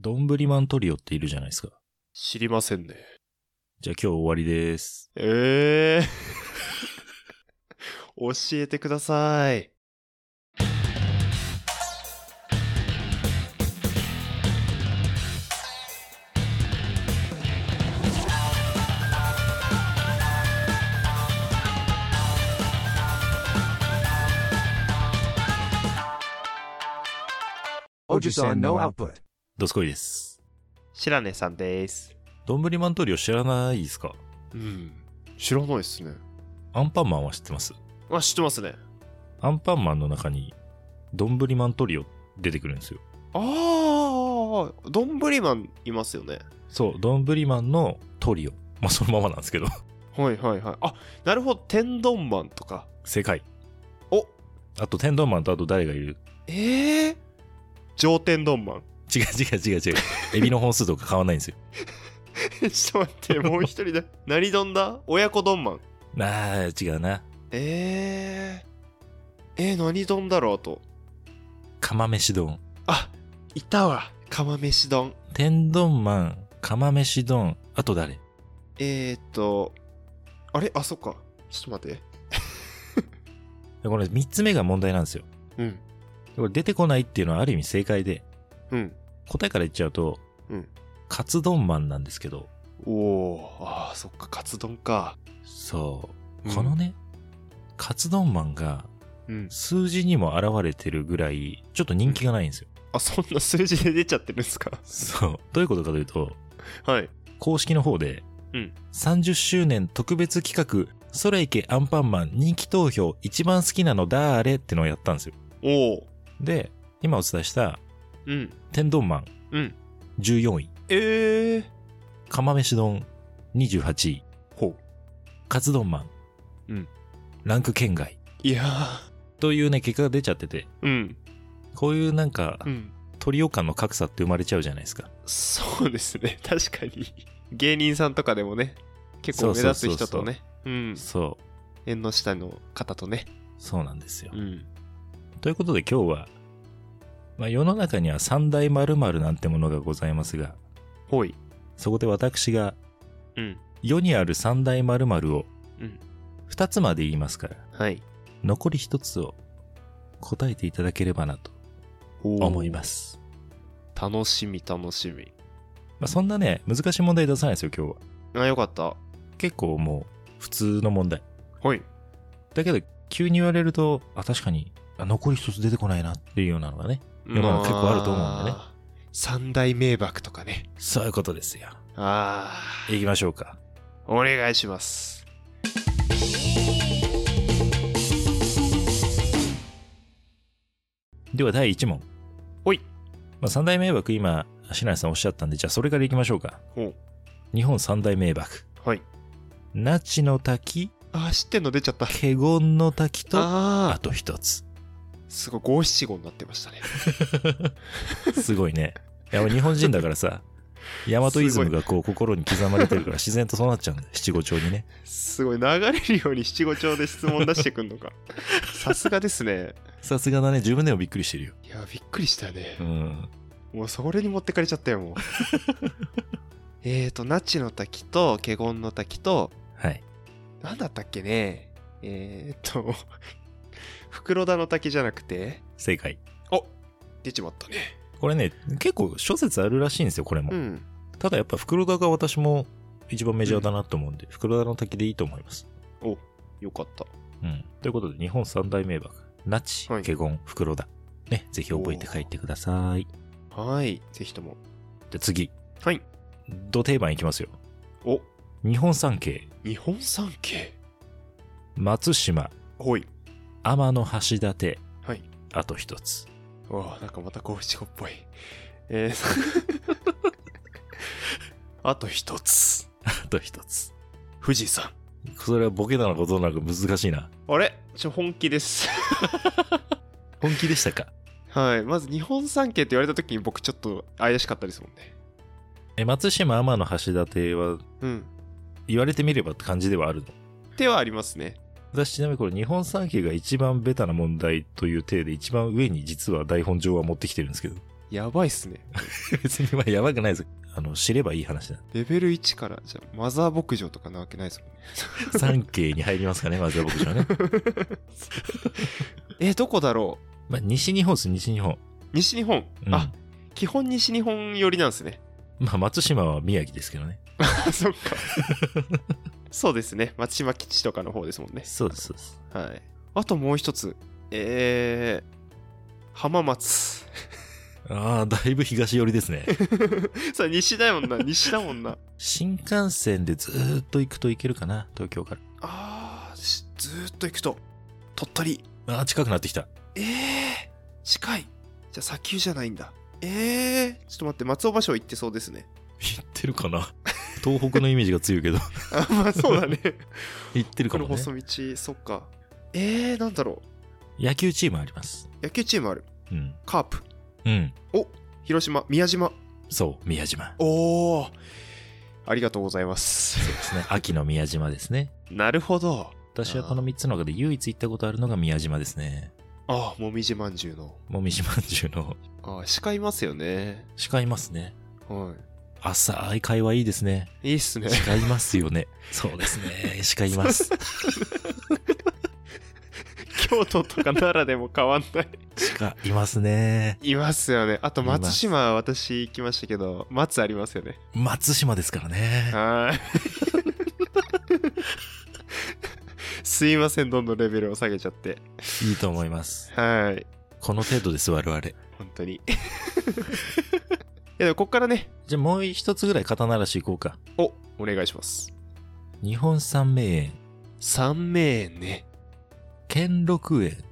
どんぶりマントリオっているじゃないですか。知りませんね。じゃあ今日終わりです。ええ 教えてください。 Ojusan no output. どすこいです。白根さんです。どんぶりマントリオ知らないですかうん。知らないっすね。アンパンマンは知ってます。あ、知ってますね。アンパンマンの中に、どんぶりマントリオ出てくるんですよ。ああ、どんぶりマンいますよね。そう、どんぶりマンのトリオ。まあ、そのままなんですけど。 はいはいはい。あ、なるほど。天丼マンとか。正解。おあと、天丼マンとあと誰がいるええ上天丼マン。違う違う違う違う。エビの本数とか変わんないんですよ。ちょっと待って、もう一人だ。何丼だ親子丼マン。ああ、違うな。えええー、何丼だろうあと。釜飯丼。あ、いたわ。釜飯丼。天丼マン、釜飯丼。あと誰えー、っと、あれあ、そっか。ちょっと待って。これ3つ目が問題なんですよ。うん。これ出てこないっていうのはある意味正解で、うん。答えから言っちゃうと、うんカツ丼マンなんですけど、おお、あー、そっか、カツ丼か。そう、うんこのね、カツ丼マンがうん。数字にも現れてるぐらい、ちょっと人気がないんですよ。あ、そんな数字で出ちゃってるんですかそう。どういうことかというと、はい。公式の方で、うん30周年特別企画、空池アンパンマン人気投票一番好きなのだーれってのをやったんですよ。おお。で、今お伝えした、うん。天丼マンうん。 14位、ええー。釜飯丼28位、ほカツ丼マン、うんランク圏外う。いやー。というね、結果が出ちゃってて、うん。こういうなんか、うん。トリオ感の格差って生まれちゃうじゃないですか。そうですね。 確かに。芸人さんとかでもね、結構そ目うそう立そうつそう人とね、うん。そ縁の下の方とね。う、そうなんですよ。うん。ということで今日は、まあ、世の中には三大〇〇なんてものがございますが、ほい。そこで私がうん。世にある三大〇〇をうん二つまで言いますから、はい。残り一つを答えていただければなと思います。す。楽しみ、楽しみ。まあ、そんなね、難しい問題出さないですよ今日は。あ、よかった。結構もう普通の問題。はい。だけど急に言われると、あ、確かに、あ残り一つ出てこないなっていうようなのがね、世の中結構あると思うんでねまあ。三大名瀑とかね。そういうことですよ。あ行きましょうか。あ、お願いします。では第1問。ほい。まあ、三大迷惑今、しなさんおっしゃったんで、じゃあそれから行きましょうか。ほう。日本三大迷惑。はい。那智の滝、ああ、知ってんの出ちゃった。華厳の滝と、あああ、と一つ。 すごい五七五になってましたね。すごいね。いや俺日本人だからさ、大和イズムがこう心に刻まれてるから自然とそうなっちゃうんだよ。七五調にね。すごい流れるように七五調で質問出してくんの か。さすがですね。さすがだね。自分でもびっくりしてるよ。いや、びっくりしたねう。ん。もうそれに持ってかれちゃった よ、もう。えーと、那智の滝と、華厳の滝と、はい。なんだったっけね。えーと、 袋田の滝じゃなくて、正解。お出ちまったね。これね、結構諸説あるらしいんですよ、これも。うん。ただやっぱ袋田が私も一番メジャーだなと思うんで、袋田の滝でいいと思います。よかった。うん。ということで、日本三大名瀑、那智、はい華厳、袋田。ね、ぜひ覚えて帰ってください。はい。ぜひとも。じゃあ次、はい。土定番いきますよ。お日本三景、日本三景。松島、ほい。天の橋立、はい。あと一つ。 うわなんかまた五七五っぽい。えー、 あと一つ。あと一つ。富士山。それはボケなのかどうなのか難しいな。あれちょ、本気です。本気でしたかはい。まず日本三景って言われた時に僕ちょっと怪しかったですもんね。え、松島天の橋立はうん。言われてみればって感じではあるのではありますね。私ちなみにこれ日本三景が一番ベタな問題という体で一番上に実は台本上は持ってきてるんですけど。やばいっすね。 別にまあやばくないです。あの、知ればいい話だ。レベル1から、じゃあマザー牧場とかなわけないですもんね。 3景に入りますかね、まずは僕じ ゃね。えーどこだろうまあ、西日本です、西日本。西日本、うんあ、基本西日本寄りなんですね。 まあ、松島は宮城ですけどね。あそっ か。そうですね。松島基地とかの方ですもんね。そうです、そうです。はい。あともう一つ。えー、浜松。 ああ、だいぶ東寄りですね。さあ、西だもんな。西だもんな。 新幹線でずーっと行くといけるかな、東京か あー、しずーっと行くと、鳥取。ら。ああ、近くなってきた。えー、近い。じゃあ、砂丘じゃないんだ。えー、ちょっと待って、松尾芭蕉行ってそうですね。行ってるかな。東北のイメージが強いけど、 あ、まあそうだね。 行ってるか このもね。細道、そっか。えー、なんだろ野球チームありますう。。野球チームある。うん。カープ。うん。広島、宮島。そう、宮島。おー。ありがとうございます。ですね。秋の宮島ですね。なるほど。私はこの3つの中で唯一行ったことあるのが宮島ですね。ああ、もみじまんじゅうの。もみじまんじゅうの ああ、鹿いますよね。鹿いますね。は浅い会話いいですね。い。いいっすね。鹿いますよね。 そうですね。鹿います。 京都とか奈良でも変わんない。鹿いますね。 いますよね。あといま松す島は私行きましたけど、松ありますよね。松島ですからね。はーい。 すいません、どんどんレベルを下げちゃって。いいと思います。はい。この程度です、我々。じ本当に。い や、でもこっからね。ゃあもう一つぐらい肩慣らし行こうか。お、お願いします。日本三名園、三名園ね。兼六園、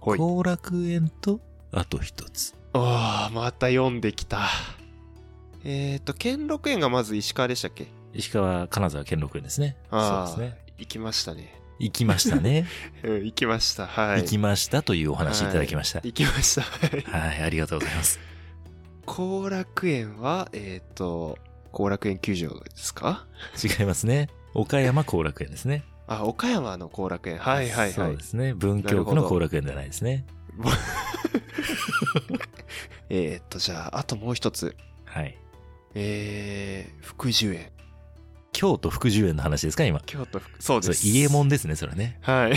はい。後楽園と、あと一つ。ああ、また読んできた。えっ、ー、と、兼六園がまず石川でしたっけ石川、金沢兼六園ですね。あーそうですね。行きましたね。行きましたね。うん、行きました。はい。行きましたというお話いただきました。行きました。はい。はい、ありがとうございます。後楽園は、えっ、ー、と、後楽園球場ですか違いますね。岡山後楽園ですね。あ、岡山の後楽園。はいはいそはういで。すね。文京区なるのほど後楽園ではないですね。えっ、ー、と、じゃあ、あともう一つ。はい。えー、福寿園。京都福寿園の話ですか、今。京都福、そうそれ、です。伊右衛。門ですね、それ ね。はい。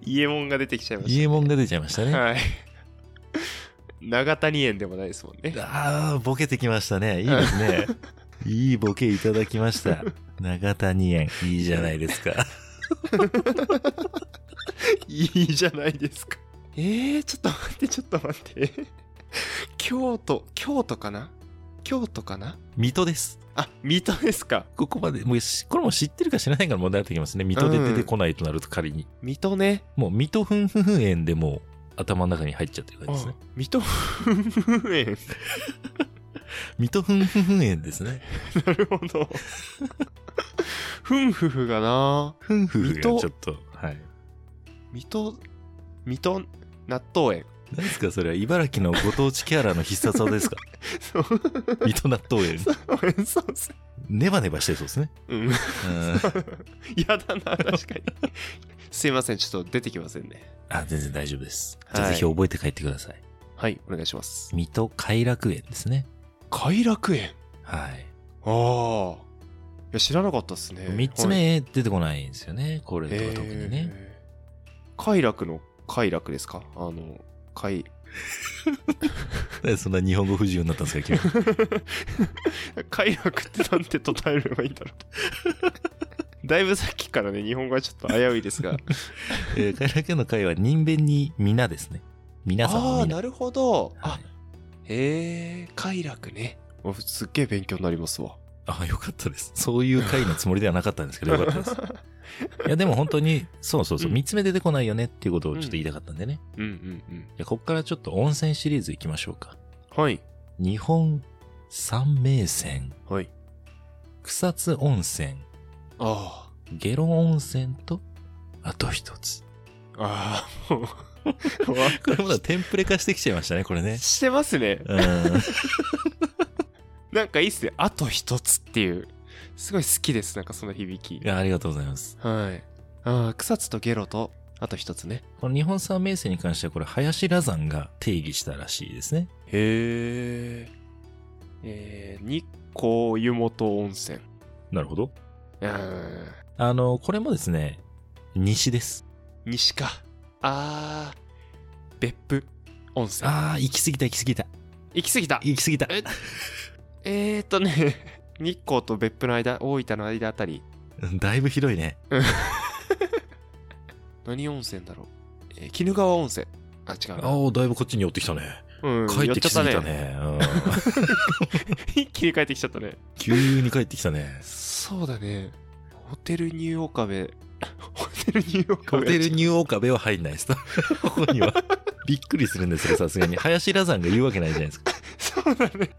伊右衛門が出てきちゃいました、伊右衛門が出ちゃいましたね。はい。長谷園でもないですもんね。ああ、ボケてきましたね。いいです ね。いいボケいただきました。長谷園、いいじゃないですか。い いじゃないですか。えー、ちょっと待って、ちょっと待って。京都、京都かな京都かな水戸です。あ、水戸ですか。ここまで、もうし、これも知ってるか知らないから問題になってきますね。水戸で出てこないとなると仮に。水戸ね。もう、水戸ふんふんふん園でもう、頭の中に入っちゃってる感じですね。あ水戸風園。水戸ふんふんふん園ですね。なるほど。ふんふふがな。ふんふんが水ちょ戸っと、はい。水戸、水戸納豆園。何ですかそれは茨城のご当地キャラの必殺技です かそう。水戸納豆園。そうっすネバネバしてるそうですね。うん。うんやだな、確かに。すいません、ちょっと出てきませんね。あ、全然大丈夫です。じゃあはいぜひ覚えて帰ってください。はい、お願いします。水戸偕楽園ですね。偕楽園はい。ああ。いや、知らなかったっすね。三つはい、目出てこないんですよね。これとか特にね。えー。快楽の快楽ですかあの、快。なんでそんな日本語不自由になったんです か、君。快楽ってなんて唱えればいいんだろ う。だいぶさっきからね、日本語はちょっと危ういですが。えー、偕楽園の会は人弁に皆ですね。皆さんあのあ、皆。なるほど。はあい、へえ、快楽ね。おすっげえ勉強になりますわ。ああ、よかったです。そういう会のつもりではなかったんですけど、 よかったです。いや、でも本当に、そうそうそう、うん三つ目出てこないよねっていうことをちょっと言いたかったんでね。 うんうんうん。じゃあこっからちょっと温泉シリーズ行きましょうか。はい。日本三名泉、はい。草津温泉、あ下呂温泉と、あと一つ。あ。ああ、もう。これまだテンプレ化してきちゃいましたね、これね。してますね。うん。なんかいいっすね。あと一つっていう。すごい好きです。なんかその響きい。や、ありがとうございます。はい。ああ、草津とゲロと、あと一つね。この日本三名泉に関しては、これ、林羅山が定義したらしいですね。へえ。えー、日光湯本温泉。なるほど。うん。あの、これもですね、西です。西か。あー、別府温泉。あー、行き過ぎた行き過ぎた。行き過ぎた。行き過ぎた。ええーとね、 日光と別府の間、大分の間あたり。うんだいぶひどいね。何温泉だろう。えー鬼怒川温泉。あ、違うな。ああ、だいぶこっちに寄ってきたね。うん、帰ってきすぎたやっちゃっね。うんたね。 一気に帰ってきちゃったね。急に帰ってきた ね。そうだね。ホテルニューオーカベ。 ホテルニューオーカホベ。テルニューオーカベは入んないです。ここには。 びっくりするんですよ、さすがに。林羅さんが言うわけないじゃないですか。そうだね。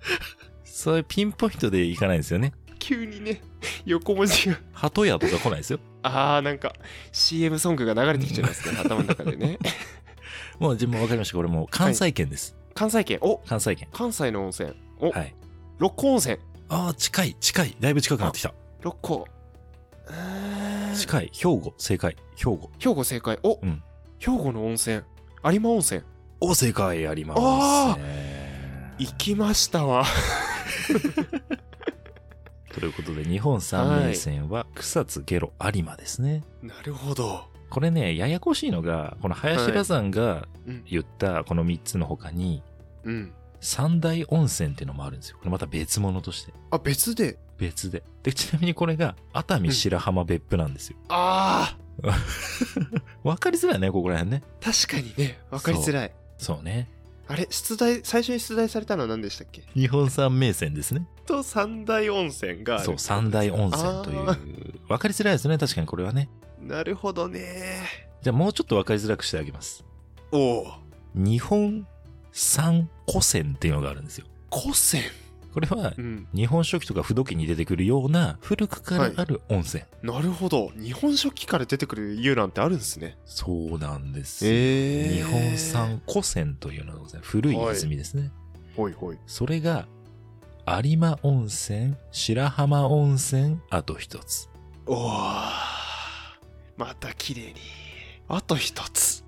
そういうピンポイントで行かないんですよね。急にね、横文字が。鳩屋とか来ないですよ。あー、なんか CM ソングが流れてきちゃいますから、頭の中で ね。もう自分わかりました。これもう関西圏です。関西圏。お関西圏。関西の温泉。お、はい。六甲温泉。ああ、近い、近い。だいぶ近くなってきた。六甲。うーん近い。兵庫、正解。兵庫。兵庫正解。お、うん兵庫の温泉。有馬温泉。お、正解あります、あね。行きましたわ。ということで、日本三名泉は草津、下呂、有馬ですね。 なるほど。これね、ややこしいのが、この林羅さんがうん。言ったこの3つの他に、うん。三大温泉っていうのもあるんですよ。これまた別物として。あ、別で。別で。で、ちなみにこれが熱海白浜別府なんですよ。あわかりづらいね、ここら辺ね。あ、確かにね、わかりづらい。そうね。あれ、出題、最初に出題されたのは何でしたっけ日本三名泉ですね。と三大温泉があるそう、三大温泉というあ。わかりづらいですね、確かにこれはね。なるほどね。じゃあもうちょっとわかりづらくしてあげます。おお。日本三古泉っていうのがあるんですよ。古泉。これは、うん。日本書紀とか不土記に出てくるような古くからある温泉。なるほど。日本書紀から出てくる湯なんてあるんですね。そうなんですよ。え日本産。古泉というのがございます。古い泉ですね。ほいほい。それが、有馬温泉、白浜温泉、あと一つ。おお。また綺麗に。あと一つ。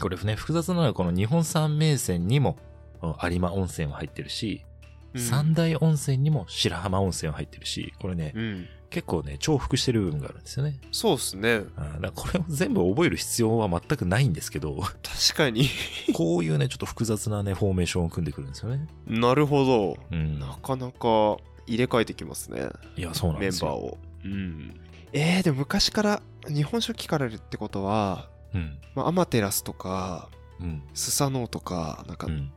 これね、複雑なのはこの日本三名泉にもうん有馬温泉は入ってるし、三大温泉にも白浜温泉は入ってるし、これね、うん。結構ね、重複してる部分があるんですよね。そうですね。あーだからこれを全部覚える必要は全くないんですけど、確かに。 こういうね、ちょっと複雑なね、フォーメーションを組んでくるんですよね。なるほど。うん。なかなか入れ替えてきますね。いや、そうなんメンでバすーよ。を。うん。えー、でも昔から、日本書紀からいるってことは、うん。まあ、アマテラスとか、うん。スサノオとか、なんかう、ん。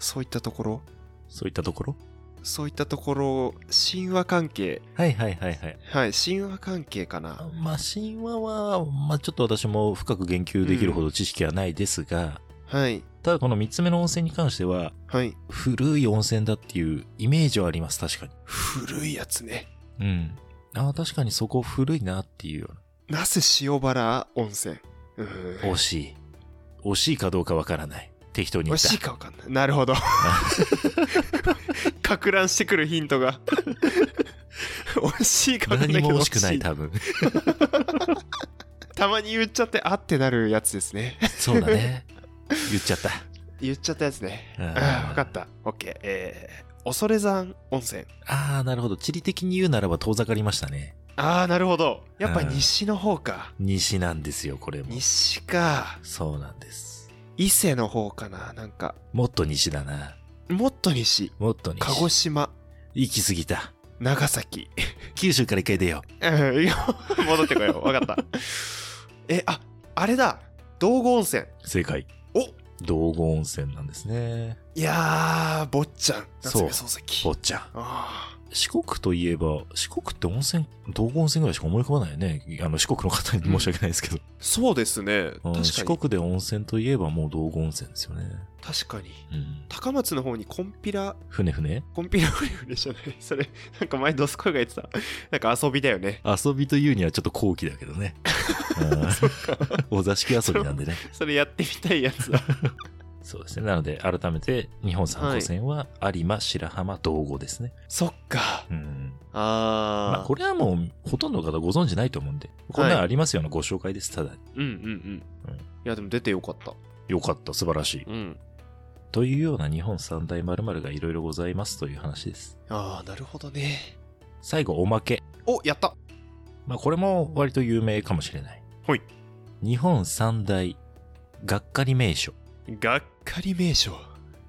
そういったところ、そういったところそういったところ、神話関係、はいはいはいはい。はい、神話関係かな。まあ、神話は、まあ、ちょっと私も深く言及できるほど知識はないですが、はい、ただこの3つ目の温泉に関しては、はい。古い温泉だっていうイメージはあります、確か古いやつね。に。うん。ああ、確かにそこ古いなっていうよ那須塩原温泉。ううな。ん。惜しい。惜しいかどうかわからない。適当に惜言った。しいかわかんない。な るほど。かく乱してくるヒントが。惜しいかわかんな何いけも惜ど。しくない、惜した多分。たまに言っちゃって、あってなるやつですね。 そうだね。言っちゃった。言っちゃったやつね。うんああ、わかった。オッケー。えー、恐山温泉。ああ、なるほど。地理的に言うならば遠ざかりましたね。ああ、なるほど。やっぱうん西の方か。西なんですよ、これも。西か。そうなんです。伊勢の方かな。なんか、もっと西だな。もっと西。もっと西。鹿児島、行き過ぎた。長崎。九州から一回出ようんいや 戻ってこよう。わかった。 え、あ、あれだ。道後温泉。う。正解。お道後温泉なんですね。いやー、坊ちゃん。夏そう目漱石。坊ちゃん。あ四国といえば、四国って温泉、道後温泉ぐらいしか思い浮かばないよね。あの、四国の方に申し訳ないですけど。ーそうですね。確うかんに。四国で温泉といえばもう道後温泉ですよね。確かに。うん。高松の方にコンピラ、船船コンピラフレフレじゃない それ、なんか前ドスコイが言ってた。なんか遊びだよね。遊びというにはちょっと高貴だけど ね。うんお座敷遊びなんでね。それやってみたいやつ だ。そうですね。なので、改めて、日本三古線は有馬、白浜、道後ですね。そっか。うん。あー。まあ、これはもう、ほとんどの方ご存知ないと思うんで、こんなのありますよのご紹介です、ただ。うんうんうん。うんいや、でも出てよかった。よかった、素晴らしい。うん。というような日本三大〇〇がいろいろございますという話です。ああ、なるほどね。最後、おまけ。お、やったまあ、これも割と有名かもしれない。ほい。日本三大、がっかり名所。がっかり名称。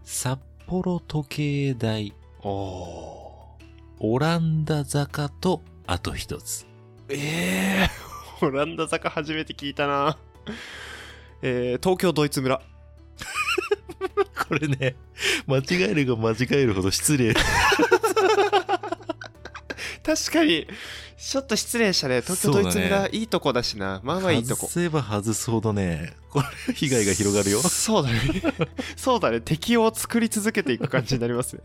札幌時計台、おお。オランダ坂と、あと一つ。ええー、 オランダ坂初めて聞いたな。えー、東京ドイツ村。これね、間違えるが間違えるほど失礼。確かに、ちょっと失礼したね。東京ドイツそうだ村、ねいいとこだしな。まあまあいいとこ外。せば外すほどね、これ被害が広がるよ。そうだ ね。そうだね。敵を作り続けていく感じになりますね。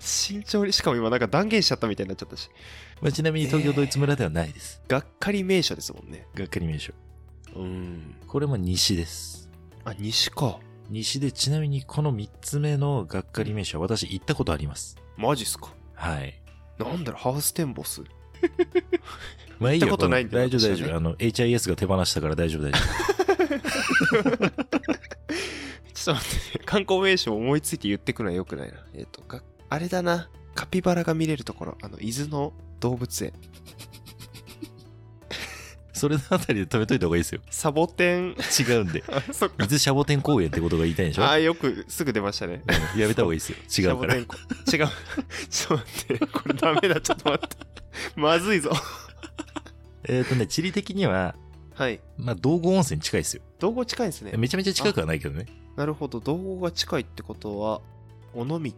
慎重に、しかも今なんか断言しちゃったみたいになっちゃったし。 まあ、ちなみに東京ドイツ村ではないです。がっかり名所ですもんね。がっかり名所。うん。これも西です。あ、西か。西で、ちなみにこの3つ目のがっかり名所は私行ったことあります。マジっすか。はい。なんだろう、ハウステンボス。まあいいよ。行ったことないんだよ大丈夫大私丈はね夫。あの、HIS が手放したから大丈夫大 丈ちょっと待って、 観光名所思いついて言ってくのはよくないな。えっ、と、が、あれだな。カピバラが見れるところ、あの、伊豆の動物園。夫。それのあたりで止めといた方がいいですよ。サボテン。違うんで。あ、そっ伊か。豆シャボテン公園ってことが言いたいんでしょあー、よく、すぐ出ましたね。うん やめた方がいいですよ。違うから。シャボテン違う。ちょっと待って、これダメだ、ちょっと待って。まずいぞ。えっ、とね、地理的には、はい。まあ、道後温泉近いですよ。道後近いんですね。めちゃめちゃ近くはないけどね。なるほど。道後が近いってことは、尾道。尾道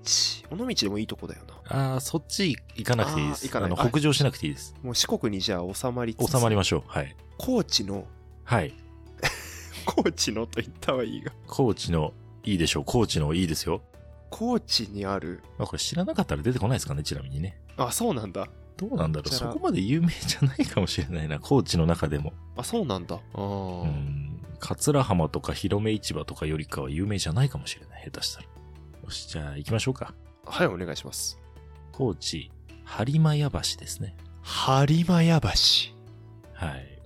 でもいいとこだよな。ああ、そっち行かなくていいであーす。行かないああの、北上しなくていいです。もう四国にじゃあ収まりつつ。収まりましょう。はい。高知の、 はい。高知のと言ったはいいが。高知の、いいでしょう。高知のいいですよ。高知にある、まあ、これ知らなかったら出てこないですかね、ちなみにね。あ、そうなんだ。どうなんだろう。じゃそあこまで有名じゃないかもしれないな。高知の中でも。あ、そうなんだ。あーうん。桂浜とか広め市場とかよりかは有名じゃないかもしれない。下手したら。よし、じゃあ行きましょうか。はい、お願いします。高知、播磨屋橋ですね。播磨屋橋。はい。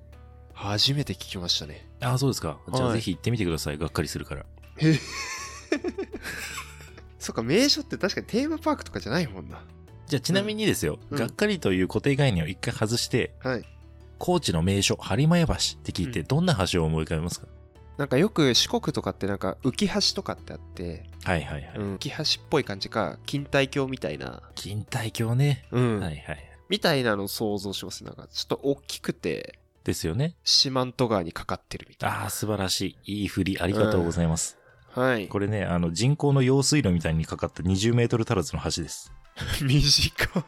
初めて聞きましたね。ああ、そうですか。じゃはあいぜひ行ってみてください。がっかりするから。そっか、名所って確かにテーマパークとかじゃないもんな。じゃあちなみにですよ、うんがっかりという固定概念を一回外して、はい。高知の名所、播磨屋橋って聞いて、うんどんな橋を思い浮かべますか、なんかよく四国とかってなんか浮き橋とかってあって、はいはいはい。うん浮き橋っぽい感じか、錦帯橋みたいな。錦帯橋ね。うんはいはい。みたいなのを想像します。なんか、ちょっと大きくて、ですよね。四万十川にかかってるみたいああ、素晴らしい。いい振り、ありがとうございます。な。はい。これね、あの、人工の用水路みたいにかかった20メートル足らずの橋です。れ、 短。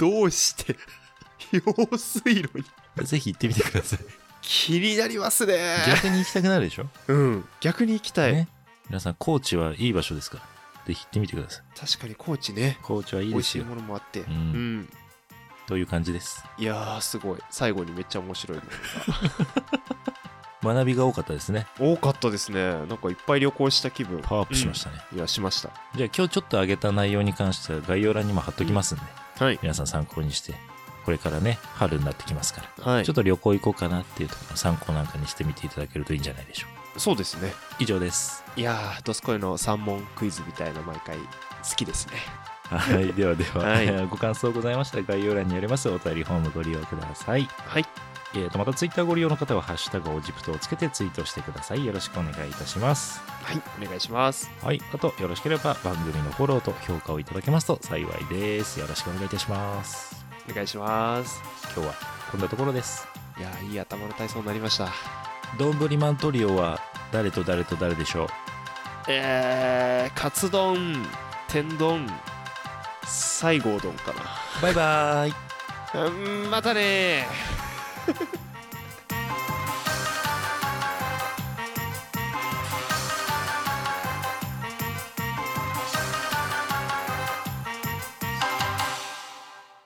どうして、 用水路に。ぜひ行ってみてくだ さい。気になりますね。逆に行きたくなるでしょ、うん。逆に行きたい。ね。皆さん、高知はいい場所ですから。ぜひ行ってみてください。確かに高知ね。高知はいい美で味すしいよ。ものもあって。ううんん。という感じです。いやー、すごい。最後にめっちゃ面白いの。学びが多かったですね。多かったですね。なんかいっぱい旅行した気分。パワーアップしましたね。いや、しました。じゃあ今日ちょっと上げた内容に関しては概要欄にも貼っときますんで、はい。皆さん参考にして、これからね、春になってきますから、はいちょっ。と旅行行こうかなっていうところの参考なんかにしてみていただけるといいんじゃないでしょうか。そうですね。以上です。いやー、ドスコイの三問クイズみたいな毎回好きですね。はい、ではでは、はい ご感想ございましたら概要欄にありますお便りフォームご利用ください。はい。えー、とまたツイッターご利用の方はハッシュタグオジプトをつけてツイートしてください。よろしくお願いいたします。はい。お願いします。はい、あとよろしければ番組のフォローと評価をいただけますと幸いです。よろしくお願いいたします。お願いします。今日はこんなところです。いやー、いい頭の体操になりました。どんぶりマントリオは誰と誰と誰でしょうえー、カツ丼、天丼、西郷丼かな。バイバーイうん、またねー。